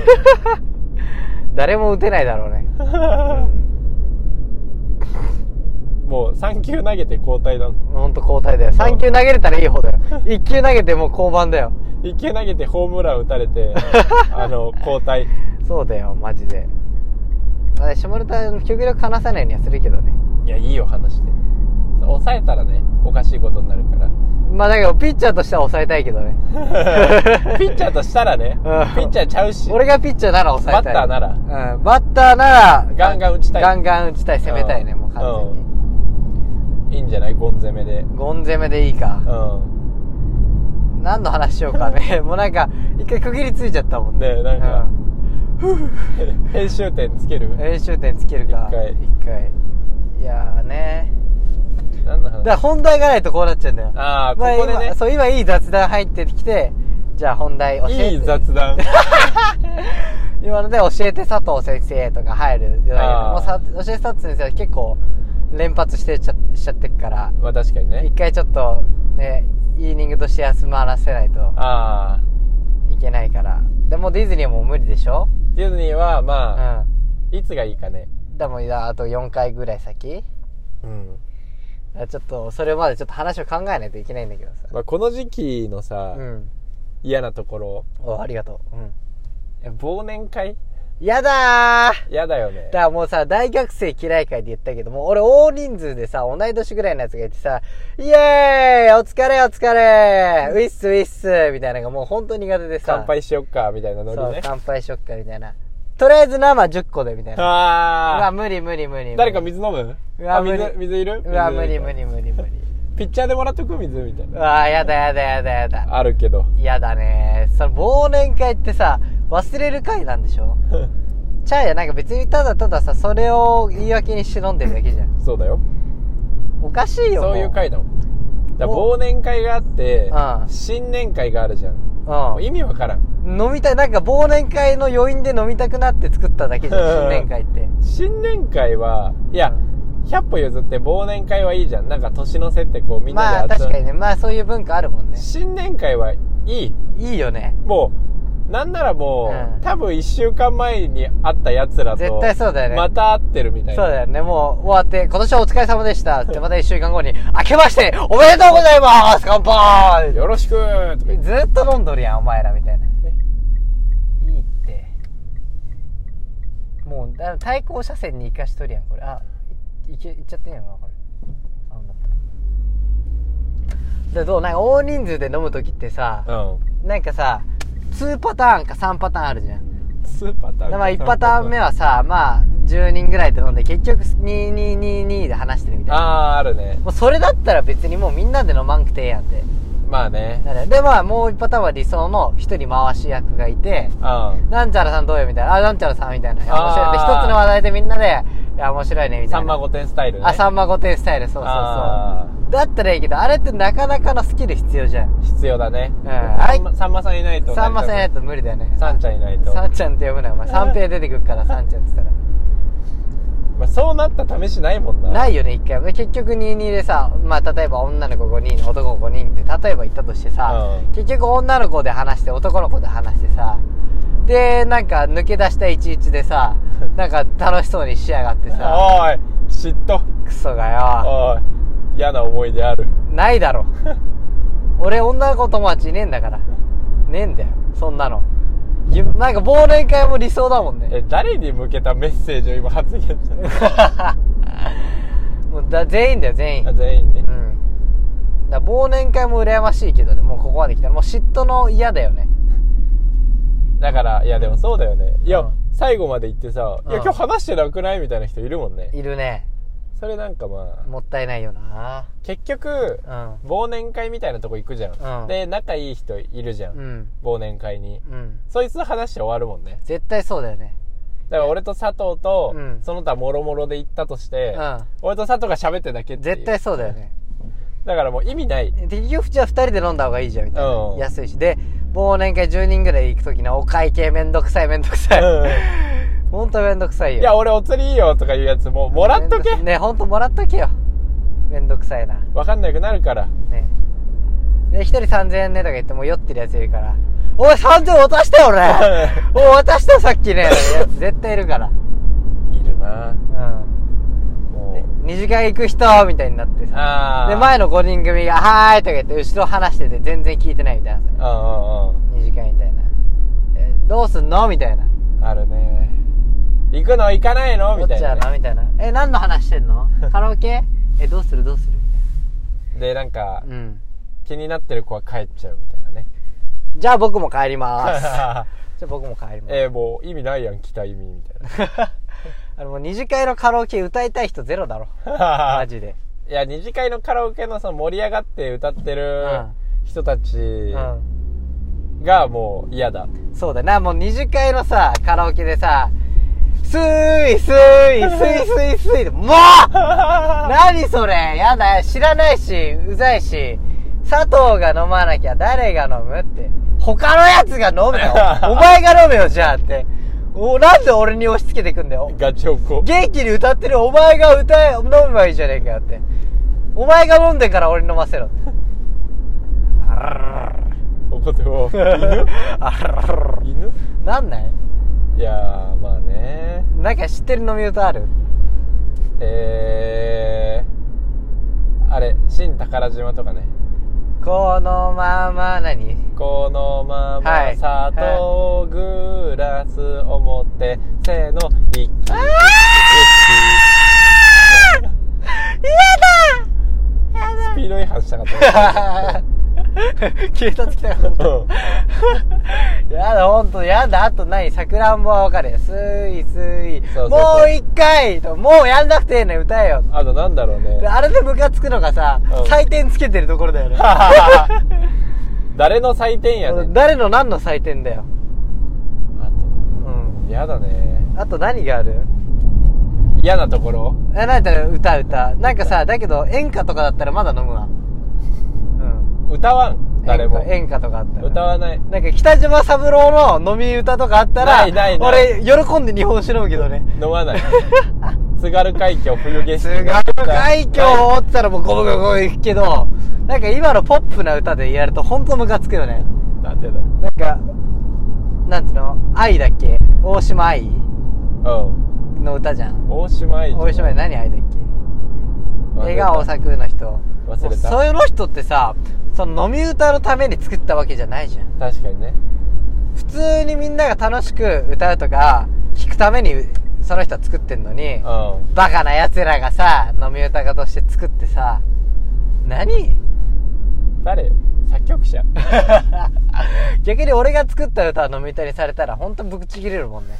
Speaker 1: 誰も打てないだろうね。うん
Speaker 2: もう3球投げて交代だ
Speaker 1: ほんと交代だよ。3球投げれたらいい方だよ。1球投げてもう降板だよ。
Speaker 2: 1球投げてホームラン打た れてあの交代
Speaker 1: そうだよ、マジで。まあ、下ネタ、極力話さないようにはするけどね。
Speaker 2: いやいいよ話して抑えたらねおかしいことになる から
Speaker 1: まあ、だけど、ピッチャーとしては抑えたいけど ね。
Speaker 2: ピッチャーとしたら
Speaker 1: う
Speaker 2: ね
Speaker 1: ん
Speaker 2: ピッチャーちゃうし
Speaker 1: 俺がピッチャーなら抑えたい。
Speaker 2: バッターなら
Speaker 1: うん。バッターなら、
Speaker 2: ガンガン打ちたい
Speaker 1: ガンガン打ちたい、攻めたいね、
Speaker 2: うん
Speaker 1: もう完全
Speaker 2: いいんじゃないゴン攻めで
Speaker 1: に。ゴン攻めでいいうか。
Speaker 2: ん
Speaker 1: 何の話しようか ね。もうなんか、一回区切りついちゃったもん
Speaker 2: ねえなんか編集点つける
Speaker 1: うん練習点つけるか。
Speaker 2: 一回
Speaker 1: 一回。いやーね。
Speaker 2: 何の話
Speaker 1: だから本題がないとこうなっちゃうんだよ。
Speaker 2: ああこ
Speaker 1: まあ
Speaker 2: こでね
Speaker 1: 今、そう、今いい雑談入ってきて、じゃあ本題教えて。
Speaker 2: いい雑談
Speaker 1: 今ので教えて佐藤先生とか入るじゃ
Speaker 2: あ
Speaker 1: ない
Speaker 2: ー
Speaker 1: けど、もうさ教えて佐藤先生は結構連発してちゃしちゃってっから、
Speaker 2: まあ確かにね
Speaker 1: 一回ちょっとね、イーニングとして休まらせないと
Speaker 2: ああ
Speaker 1: いけないから。でもディズニーも無理でしょ
Speaker 2: ディズニーは
Speaker 1: うん。
Speaker 2: まあ、いつがいいかね
Speaker 1: でも、あと4回ぐらい先
Speaker 2: うん、
Speaker 1: ちょっと、それまでちょっと話を考えないといけないんだけどさ。
Speaker 2: まあ、この時期のさ、
Speaker 1: うん。
Speaker 2: 嫌なところ
Speaker 1: お、ありがとう。うん。
Speaker 2: え忘年会
Speaker 1: やだー
Speaker 2: 嫌だよね
Speaker 1: だからもうさ、大学生嫌い会で言ったけども、俺大人数でさ、同い年ぐらいのやつがいてさ、イエーイお疲れお疲れウィッスウィッスみたいなのがもう本当苦手でさ。
Speaker 2: 乾杯しよっかみたいなノ
Speaker 1: そう
Speaker 2: リね
Speaker 1: 乾杯しよっかみたいな。とりあえず生10個で、みたいな。うわ、
Speaker 2: ああ
Speaker 1: 無理無理無理無理。
Speaker 2: 誰か水飲む
Speaker 1: うわ
Speaker 2: あ水
Speaker 1: 無理
Speaker 2: 水いる
Speaker 1: うわ、無理
Speaker 2: 水
Speaker 1: 無理無理無理。
Speaker 2: ピッチャーでもらっとく水みたいうな
Speaker 1: わ、やだやだやだやだ。
Speaker 2: あるけど
Speaker 1: やだねその忘年会ってさ、忘れる会なんでし ょちゃうやん、なんか別にただたださ、それを言い訳にして飲んでるだけじゃん。
Speaker 2: そうだよ
Speaker 1: おかしいよ。
Speaker 2: そういう
Speaker 1: も
Speaker 2: 会だもんだから
Speaker 1: お
Speaker 2: 忘年会があって
Speaker 1: うん
Speaker 2: 新年会があるじゃんもう
Speaker 1: う
Speaker 2: 意味わからん
Speaker 1: ん。飲みたい、なんか忘年会の余韻で飲みたくなって作っただけじゃん、新年会って。
Speaker 2: 新年会はいや100歩譲って忘年会はいいじゃんなんか年の瀬ってこうみん
Speaker 1: ま
Speaker 2: な
Speaker 1: あ
Speaker 2: で集
Speaker 1: 確
Speaker 2: ま
Speaker 1: かにね、まあそういう文化あるもんね。
Speaker 2: 新年会はいい
Speaker 1: いいよね。
Speaker 2: もうなんならもう、
Speaker 1: うん
Speaker 2: 多分1週間前に会ったやつらと
Speaker 1: 絶対そうだよね
Speaker 2: また会ってるみた
Speaker 1: そ
Speaker 2: いうな
Speaker 1: だよね、もう終わって、今年はお疲れ様でしたって、また一週間後に、明けましておめでとうございます乾杯
Speaker 2: よろしくーとか言って
Speaker 1: ずっと飲んどるやん、お前らみたいな。いいって。もう、だ対向車線に行かしとるやん、これ。あ、いいけ、行っちゃってんやんか、これ。あ、なった。で、どうなんか大人数で飲むときってさ、
Speaker 2: うん
Speaker 1: なんかさ、2パターンか3パターンあるじゃん。
Speaker 2: 2パターン
Speaker 1: でまあ1パターン目はさ、まあ、10人ぐらいと飲んで、結局、2222で話してるみたいな。
Speaker 2: ああーあるね
Speaker 1: もうそれだったら別にもうみんなで飲まんくてええやんって。
Speaker 2: まあね
Speaker 1: なるで、まあ、もう1パターンは理想の1人回し役がいて、
Speaker 2: うん
Speaker 1: なんちゃらさんどうよみたいな。あ、なんちゃらさんみたいな。いや面白い。で、
Speaker 2: あー
Speaker 1: 一つの話題でみんなで、いや、面白いね、みたいな。
Speaker 2: さんま御殿スタイルね
Speaker 1: あ、さんま御殿スタイル、そうそうそ
Speaker 2: あ
Speaker 1: う。だったらいいけど、あれってなかなかのスキル必要じゃん。
Speaker 2: ー必要だね
Speaker 1: うんあれ
Speaker 2: さんまさんまさんいないと
Speaker 1: さんまさんいない
Speaker 2: と
Speaker 1: と無理だよね。
Speaker 2: さんちゃんいないと
Speaker 1: さんちゃんって呼ぶなよ、お前。三平出てくるから、さんちゃんって言っ
Speaker 2: まあ、そうなった試しないもん
Speaker 1: た
Speaker 2: な
Speaker 1: ら。ないよね、一回も。結局22でさ、まあ、例えば女の子5人、男5人って、例えば言ったとしてさ、
Speaker 2: うん
Speaker 1: 結局女の子で話して、男の子で話してさ、で、なんか抜け出した11で さ、なんか楽しそうにしやがってさ、
Speaker 2: おい嫉妬
Speaker 1: クソがよ。
Speaker 2: おい嫌な思い出ある
Speaker 1: ないだ ろ。俺、女の子友達いねえんだから。ねえんだよ。そんなの。ゆなんか忘年会も理想だもんね。
Speaker 2: え誰に向けたメッセージを今発言したの
Speaker 1: もうだ全員だよ、全員。
Speaker 2: あ
Speaker 1: うん。
Speaker 2: 全員ね
Speaker 1: だから忘年会も羨ましいけどね、もうここまで来たら。もう嫉妬の嫌だよね。
Speaker 2: だからいやでもそうだよねいや、
Speaker 1: うん
Speaker 2: 最後まで言ってさ「いや
Speaker 1: うん
Speaker 2: 今日話してなくない?」みたいな人いるもんね
Speaker 1: いるね。
Speaker 2: それなんかまあ
Speaker 1: もったいないよな。
Speaker 2: 結局
Speaker 1: うん。
Speaker 2: 忘年会みたいなとこ行くじゃん、
Speaker 1: うん
Speaker 2: で仲いい人いるじゃん、
Speaker 1: うん。
Speaker 2: 忘年会に
Speaker 1: うん。
Speaker 2: そいつと話して終わるもんね
Speaker 1: 絶対そうだよね。
Speaker 2: だから俺と佐藤と、
Speaker 1: うん
Speaker 2: その他もろもろで行ったとして、
Speaker 1: うん
Speaker 2: 俺と佐藤が喋ってるだけっていう
Speaker 1: 絶対そうだよね。
Speaker 2: だからもう意味ない
Speaker 1: 結局じゃあ2人で飲んだ方がいいじゃんみたいな、
Speaker 2: うん
Speaker 1: 安いしで忘年会10人ぐらい行く時のお会計めんどくさいめんどくさい、ほんとめんどくさいよ
Speaker 2: いや俺お釣りいいよとかいうやつもうもらっ
Speaker 1: め
Speaker 2: とけ
Speaker 1: んどくねほんともらっとけよめんどくさいな
Speaker 2: わかんなくなるから
Speaker 1: ねで1人3000円ねとか言ってもう酔ってるやついるから「おい3000円渡 したよ俺おい渡したよさっきね」やつ絶対いるから
Speaker 2: いるな
Speaker 1: うん
Speaker 2: もう
Speaker 1: 2次会行く人みたいになってさ
Speaker 2: ああ
Speaker 1: で前の5人組が「はーい」とか言って後ろ話してて全然聞いてないみたいなさ
Speaker 2: うんうん
Speaker 1: 二次会みたいな「えどうすんの?」みたいな
Speaker 2: うんあるね行くの行かな
Speaker 1: 「
Speaker 2: い
Speaker 1: ど
Speaker 2: のみ
Speaker 1: った
Speaker 2: い
Speaker 1: ちや
Speaker 2: な
Speaker 1: な」
Speaker 2: ね、
Speaker 1: みたいな「え何の話してん のカラオケえどうするどうする?」
Speaker 2: でなんか、
Speaker 1: うん
Speaker 2: 気になってる子は帰っちゃうみたいなね
Speaker 1: じゃあ僕も帰りま ーすじゃあ僕も帰ります、
Speaker 2: えー、もう意味ないやん来た意味みたいな
Speaker 1: あのもう二次会のカラオケ歌いたい人ゼロだろ マジで
Speaker 2: いや、二次会のカラオケのその盛り上がって歌ってる人たち
Speaker 1: うん
Speaker 2: がもう 嫌だ。
Speaker 1: そうだなもう二次会のさカラオケでさスーイスーイスーイスーイスーイってもう何それやだ知らないしうざいし佐藤が飲まなきゃ誰が飲むって他のやつが飲めよお前が飲めよじゃあっておなんで俺に押し付けてくんだよ
Speaker 2: ガチョコ。
Speaker 1: 元気に歌ってるお前が歌え飲めばいいじゃねえかよってお前が飲んでから俺に飲ませろってあらら
Speaker 2: おことを。
Speaker 1: ららあらららら
Speaker 2: 犬犬
Speaker 1: なんない
Speaker 2: いやー、まあね。
Speaker 1: なんか知ってる飲み歌ある
Speaker 2: えー、あれ、新宝島とかね。
Speaker 1: このまま何
Speaker 2: このま
Speaker 1: は
Speaker 2: ま
Speaker 1: い
Speaker 2: 砂糖グラスを持って、せーの、一気。スピード違反したかった。
Speaker 1: 警察来たかと思った
Speaker 2: うん
Speaker 1: やだ、ほんと、やだ、あとない。さくらんぼはわかるよ。すいすい。
Speaker 2: そうそうそう
Speaker 1: もう一回ともうやんなくてええねん、歌えよ。
Speaker 2: あとなんだろうね
Speaker 1: であれでムカつくのがさ、
Speaker 2: うん
Speaker 1: 採点つけてるところだよね。
Speaker 2: 誰の採点やねん
Speaker 1: 誰の何の採点だよ。
Speaker 2: あ
Speaker 1: うん。
Speaker 2: とやだね
Speaker 1: あと何がある
Speaker 2: 嫌なところ
Speaker 1: え、なんだろう歌歌。なんかさ、だけど演歌とかだったらまだ飲むわ。うん。
Speaker 2: 歌わん誰も
Speaker 1: 演歌演歌とかあったら。
Speaker 2: 歌わない
Speaker 1: なんか北島三郎の飲み歌とかあったら、
Speaker 2: ないないない
Speaker 1: 俺、喜んで日本酒飲むけどね。
Speaker 2: 飲まない 津軽海峡冬景色
Speaker 1: すごい海峡を追ったらもうゴブゴブゴブいくけど、なんか今のポップな歌でやるとほんとムカつくよね。
Speaker 2: なんでだよ
Speaker 1: なんか、なんていうの愛だっけ大島愛
Speaker 2: うん
Speaker 1: の歌じゃん。
Speaker 2: 大島愛知
Speaker 1: 大島愛何愛だっけ笑顔作の人。
Speaker 2: 忘れた
Speaker 1: そういうの人ってさ、その飲み歌のために作ったわけじゃないじゃん。
Speaker 2: 確かにね
Speaker 1: 普通にみんなが楽しく歌うとか、聴くためにその人は作ってんのに、
Speaker 2: う
Speaker 1: バカな奴らがさ、飲み歌家として作ってさ、何
Speaker 2: ん誰よ作曲者
Speaker 1: 逆に俺が作った歌を飲み歌にされたらほんとぶち切れるもんね。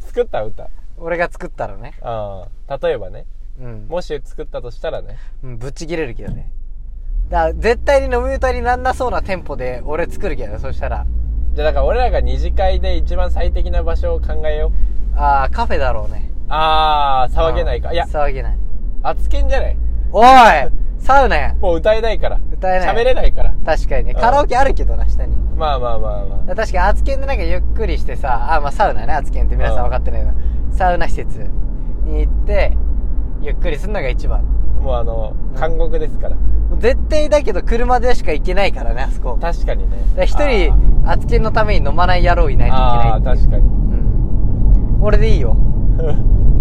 Speaker 2: 作った歌
Speaker 1: 俺が作ったらね。
Speaker 2: うん例えばね
Speaker 1: うん。
Speaker 2: もし作ったとしたらね
Speaker 1: うん、ぶっち切れるけどね。だから絶対に飲み歌になんなそうなテンポで俺作るけどね、そしたら。
Speaker 2: じゃあだから俺らが二次会で一番最適な場所を考えよう
Speaker 1: あー、カフェだろうね。
Speaker 2: あー騒げないか
Speaker 1: あー
Speaker 2: いや
Speaker 1: 騒げない。
Speaker 2: 熱けんじゃない
Speaker 1: おいサウナや
Speaker 2: もう歌えないから
Speaker 1: 歌えない
Speaker 2: 喋れないから
Speaker 1: 確かにね。
Speaker 2: うん
Speaker 1: カラオケあるけどな、下に。
Speaker 2: まあまあまあまあ
Speaker 1: 確かに、厚ンでなんかゆっくりしてさ、あ、まあサウナね、厚ンって皆さん分かってないけど、サウナ施設に行って、ゆっくりするのが一番。
Speaker 2: もうあの
Speaker 1: うん
Speaker 2: 監獄ですから
Speaker 1: 絶対だけど車でしか行けないからね、あそこ。だか
Speaker 2: 確かにね
Speaker 1: ら一人、厚ンのために飲まない野郎いないといけ
Speaker 2: あ
Speaker 1: な
Speaker 2: あ
Speaker 1: い
Speaker 2: ー。確かに
Speaker 1: うん。俺でいいよ。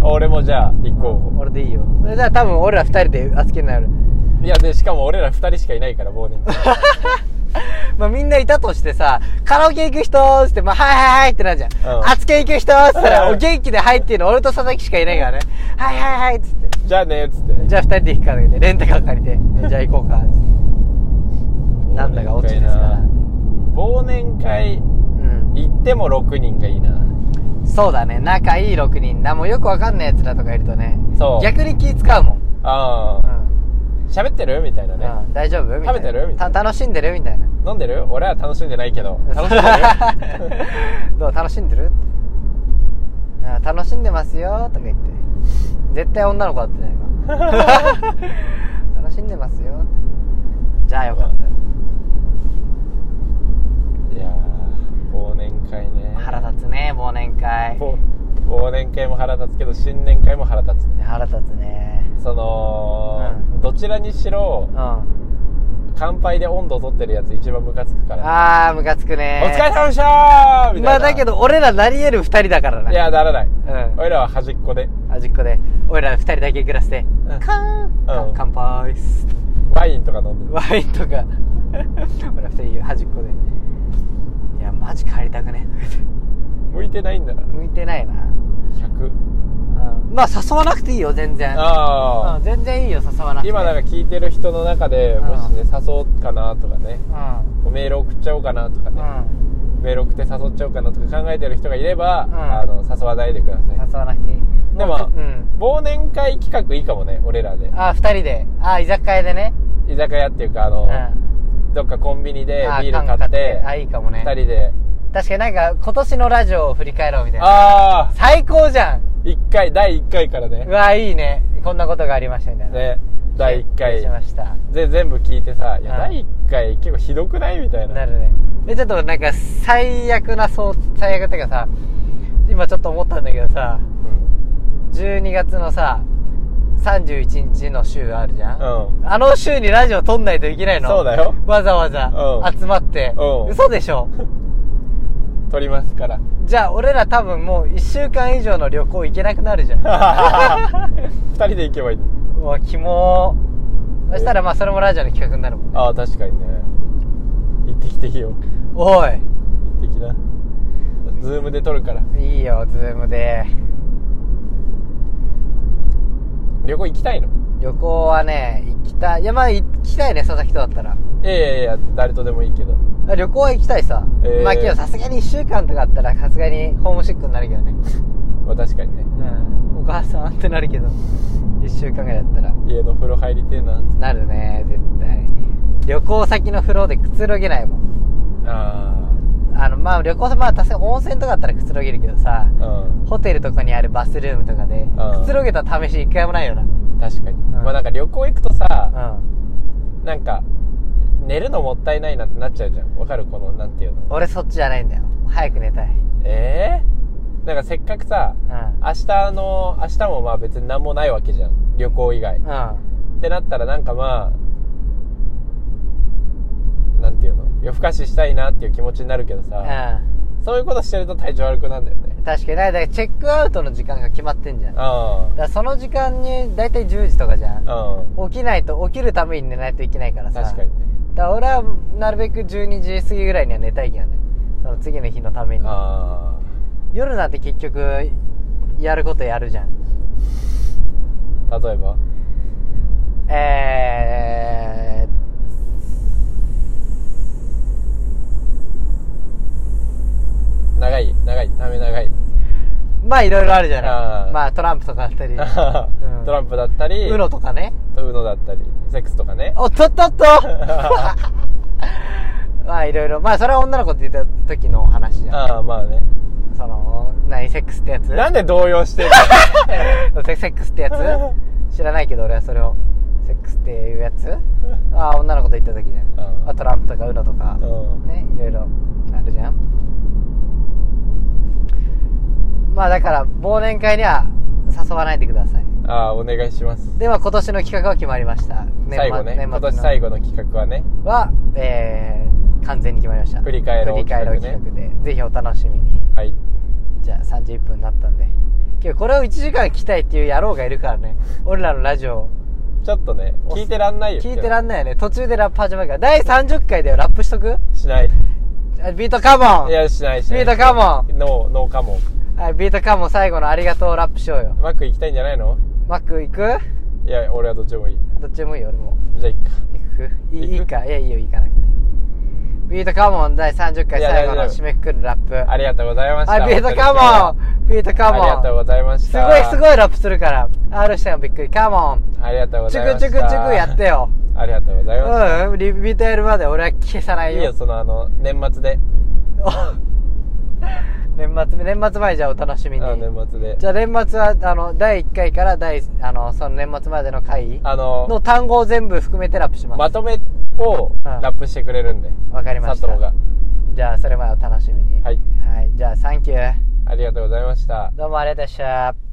Speaker 2: 俺もじゃあ立候補
Speaker 1: 俺でいいよ。それじゃあ多分俺ら二人で厚ンになる。
Speaker 2: いやでしかも俺ら二人しかいないから忘 年会
Speaker 1: まあみんないたとしてさ、カラオケ行く人ーっつって、まあはいはいはいってなるじゃ
Speaker 2: うん
Speaker 1: ん。厚ン行く人ーっつったら、
Speaker 2: うん
Speaker 1: お元気で入っていうの俺と佐々木しかいないからね。はいはいはいっつって。
Speaker 2: じゃあねっつってね
Speaker 1: じゃあ二人で行くからね、レンタカー借り て、じゃあ行こうか。なんだかオチですから。
Speaker 2: 忘年会
Speaker 1: う。
Speaker 2: 行っても6人がいいなん
Speaker 1: そうだね、仲いい6人。な、もうよくわかんない奴らとかいるとね。
Speaker 2: そう
Speaker 1: 逆に気使うもん。
Speaker 2: あ
Speaker 1: う
Speaker 2: あ
Speaker 1: ん。
Speaker 2: 喋ってるみたいなね
Speaker 1: うん大丈夫みたいな。
Speaker 2: 食べてるみたいな
Speaker 1: た楽しんでるみたいな。
Speaker 2: 飲んでる俺は楽しんでないけど楽 しんでる
Speaker 1: どう楽しんでるあ楽しんでますよとか言って絶対女の子だったね 今楽しんでますよじゃあよかった
Speaker 2: いやー忘年会ね
Speaker 1: 腹立つね忘年会
Speaker 2: 忘忘年会も腹立つけど新年会も腹立つ
Speaker 1: 腹立つね
Speaker 2: その、
Speaker 1: う
Speaker 2: どちらにしろ
Speaker 1: うんあ
Speaker 2: 乾杯で温度取ってるやつ一番ムカつくから、
Speaker 1: あームカつく
Speaker 2: お
Speaker 1: ね
Speaker 2: 疲れ様でしたーみたいな
Speaker 1: まあだけど俺らなり得る二人だからない
Speaker 2: やならない
Speaker 1: うん
Speaker 2: 俺らは端っこで
Speaker 1: 端っこで俺ら二人だけグラスで
Speaker 2: うん
Speaker 1: カーンか
Speaker 2: うん
Speaker 1: 乾杯っす
Speaker 2: ワインとか飲んでる
Speaker 1: ワインとか 俺ら二人端っこでいやマジ帰りたくね
Speaker 2: 向いてないんだな
Speaker 1: 向いてないな、
Speaker 2: 100
Speaker 1: うん、まあ誘わなくていいよ全然う
Speaker 2: あ
Speaker 1: ん、全然いいよ誘わなく
Speaker 2: あ
Speaker 1: て
Speaker 2: 今なんか聞いてる人の中で
Speaker 1: うん
Speaker 2: もしね誘おうかなとかねメール送っちゃおうかなとか
Speaker 1: うん、う
Speaker 2: ね
Speaker 1: ん、
Speaker 2: メール送って誘っちゃおうかなとか考えてる人がいれば、
Speaker 1: うん
Speaker 2: あの誘わないでください
Speaker 1: 誘わなくていい
Speaker 2: でも
Speaker 1: うん
Speaker 2: 忘年会企画いいかもね俺らで
Speaker 1: あ二人であ居酒屋でね
Speaker 2: 居酒屋っていうかあ
Speaker 1: う
Speaker 2: の、
Speaker 1: んあ
Speaker 2: どっかコンビニで
Speaker 1: 缶
Speaker 2: ビール買って
Speaker 1: あいいかも
Speaker 2: 二
Speaker 1: ね
Speaker 2: 人で
Speaker 1: 確かになんか今年のラジオを振り返ろうみたいな
Speaker 2: ああ
Speaker 1: 最高じゃん
Speaker 2: 1回第1回から
Speaker 1: う
Speaker 2: ね
Speaker 1: わいいねこんなことがありましたみたいな
Speaker 2: ね第1
Speaker 1: 失礼しま
Speaker 2: 回
Speaker 1: した
Speaker 2: で全部聞いてさ「いや
Speaker 1: うん
Speaker 2: 第1回結構ひどくない?」みたいな
Speaker 1: なるねえちょっとなんか最悪なそう最悪っていうかさ今ちょっと思ったんだけどさ
Speaker 2: うん
Speaker 1: 12月のさ31日の週あるじゃん、
Speaker 2: うん
Speaker 1: あの週にラジオ撮んないといけないの
Speaker 2: そうだよ
Speaker 1: わざわざ
Speaker 2: うん
Speaker 1: 集まって、
Speaker 2: うん
Speaker 1: 嘘でし ょ
Speaker 2: 撮ります から
Speaker 1: じゃあ俺ら多分もう1週間以上の旅行行けなくなるじゃん
Speaker 2: 2人で行けばいい
Speaker 1: うんうわキモーそしたらまあそれもラジオの企画になるもんね
Speaker 2: ああ確かにね行ってきていいよ
Speaker 1: おい
Speaker 2: 行ってきなズームで撮るから
Speaker 1: いいよズームで
Speaker 2: 旅行行きたいの
Speaker 1: 旅行はね、行きたい。いや、まあ行きたいね、佐々木とだったら。
Speaker 2: いやいやいや誰とでもいいけど
Speaker 1: 旅行は行きたいさ。
Speaker 2: えー
Speaker 1: まあけどさすがに1週間とかあったら、さすがにホームシックになるけどね。
Speaker 2: まあ確かにね
Speaker 1: うん。お母さんってなるけど、1週間ぐらいだったら。
Speaker 2: 家の風呂入りてえな
Speaker 1: なるね、絶対。旅行先の風呂でくつろげないもん。
Speaker 2: あ
Speaker 1: あの、まあ旅行先、まあ確かに温泉とかだったらくつろげるけどさ、
Speaker 2: あうん
Speaker 1: ホテルとかにあるバスルームとかで、
Speaker 2: ん
Speaker 1: くつろげた試し一回もないよな。
Speaker 2: 確かに、
Speaker 1: ん
Speaker 2: まあなんか旅行行くとさ、
Speaker 1: うん。
Speaker 2: なんか寝るのもったいないなってなっちゃうじゃんわかるこのなんていうの
Speaker 1: 俺そっちじゃないんだよ。早く寝たい。
Speaker 2: ええなんかせっかくさ
Speaker 1: うん。
Speaker 2: 明日の明日もまあ別に何もないわけじゃん旅行以外
Speaker 1: うん。
Speaker 2: ってなったらなんかまあなんていうの夜更かししたいなっていう気持ちになるけどさ、
Speaker 1: う
Speaker 2: そういうことしてると体調悪くなんだよね
Speaker 1: ん。確かに。だからチェックアウトの時間が決まってんじゃん。だか
Speaker 2: あ
Speaker 1: らその時間に、だいたい10時とかじゃん。
Speaker 2: あうん
Speaker 1: 起きないと、起きるために寝ないといけないからさ。
Speaker 2: 確かにね
Speaker 1: だから俺はなるべく12時過ぎぐらいには寝たいけどねその次の日のために
Speaker 2: あ
Speaker 1: 夜なんて結局やることやるじゃん
Speaker 2: あ例えば
Speaker 1: え
Speaker 2: 長い長いため長い
Speaker 1: ー、まあいろいろあるじゃ
Speaker 2: あ
Speaker 1: な
Speaker 2: ー
Speaker 1: いまあトランプとかあったりん
Speaker 2: トランプだったり、
Speaker 1: ウノとかね
Speaker 2: とウノだったり、セックスとかね。
Speaker 1: おっとっとっとまあいろいろまあそれは女の子って言った時の話じゃん
Speaker 2: ああ、まあね。
Speaker 1: その何セックスってやつ
Speaker 2: なんで動揺 してん
Speaker 1: セセックスってや つ知らないけど俺はそれをセックスっていうやつああ女の子と言った時じゃん
Speaker 2: うん
Speaker 1: あトランプとかウノとか
Speaker 2: のうん。
Speaker 1: ねいろいろあるじゃんまあだから忘年会には誘わないでください
Speaker 2: ああ、お願いします。
Speaker 1: では今年の企画は決まりました年末
Speaker 2: 最後ね、
Speaker 1: 年末
Speaker 2: 今
Speaker 1: の
Speaker 2: 年最後の企画はね、
Speaker 1: は、えー、完全に決まりました
Speaker 2: 振り返ろう
Speaker 1: 振り返ろう
Speaker 2: 企
Speaker 1: 企
Speaker 2: 画
Speaker 1: 画でぜひお楽しみに
Speaker 2: はい。
Speaker 1: じゃあ31分になったんで今日これを1時間聞きたいっていう野郎がいるからね俺らのラジオ
Speaker 2: ちょっとね、聞いてらんないよ。
Speaker 1: 聞いてら
Speaker 2: ん
Speaker 1: んないよね途中でラップ始まるから第30回だよラップしとく
Speaker 2: しない。
Speaker 1: あビートカモン
Speaker 2: いや、しないしない。
Speaker 1: ビートカモ
Speaker 2: ンノー、ノーカモン。
Speaker 1: はいビートカモン最後のありがとうラップしようよ
Speaker 2: マック行きたいんじゃないの
Speaker 1: マック行く
Speaker 2: いや、俺はどっちでもいい。
Speaker 1: どっちでもいいよ俺も
Speaker 2: じゃあ、いっか。
Speaker 1: 行くいいい
Speaker 2: 行く
Speaker 1: いかいやいいよ行かなくてビートカモン第30回
Speaker 2: いや
Speaker 1: 最後の
Speaker 2: 大丈夫
Speaker 1: 締めくくるラップ
Speaker 2: ありがとうございました。
Speaker 1: はいビートカモンビートカモン
Speaker 2: ありがとうございまし
Speaker 1: す
Speaker 2: た。
Speaker 1: ごいす
Speaker 2: い。
Speaker 1: ごいラップするから R したのびっくりカモン
Speaker 2: ありがとうご
Speaker 1: チ
Speaker 2: ざい
Speaker 1: ュ
Speaker 2: ま
Speaker 1: ク
Speaker 2: し
Speaker 1: チ
Speaker 2: た。
Speaker 1: ュクチュクやって。よ
Speaker 2: ありがとうございました。
Speaker 1: うんうんリビートやるまで俺は消さない
Speaker 2: いいよ、そのあの、年末で。
Speaker 1: 年末年末前じゃあお楽しみに
Speaker 2: あの年末で。
Speaker 1: じゃあ年末はあの第1回から第あのその年末までの回
Speaker 2: あの、
Speaker 1: の単語を全部含めてラップします
Speaker 2: まとめをラップしてくれるんで。
Speaker 1: わかりま
Speaker 2: 佐
Speaker 1: した
Speaker 2: 藤が。
Speaker 1: じゃあそれまでお楽しみに
Speaker 2: はい
Speaker 1: はい、じゃあサンキュー
Speaker 2: ありがとうございました。
Speaker 1: どうもありがとうございました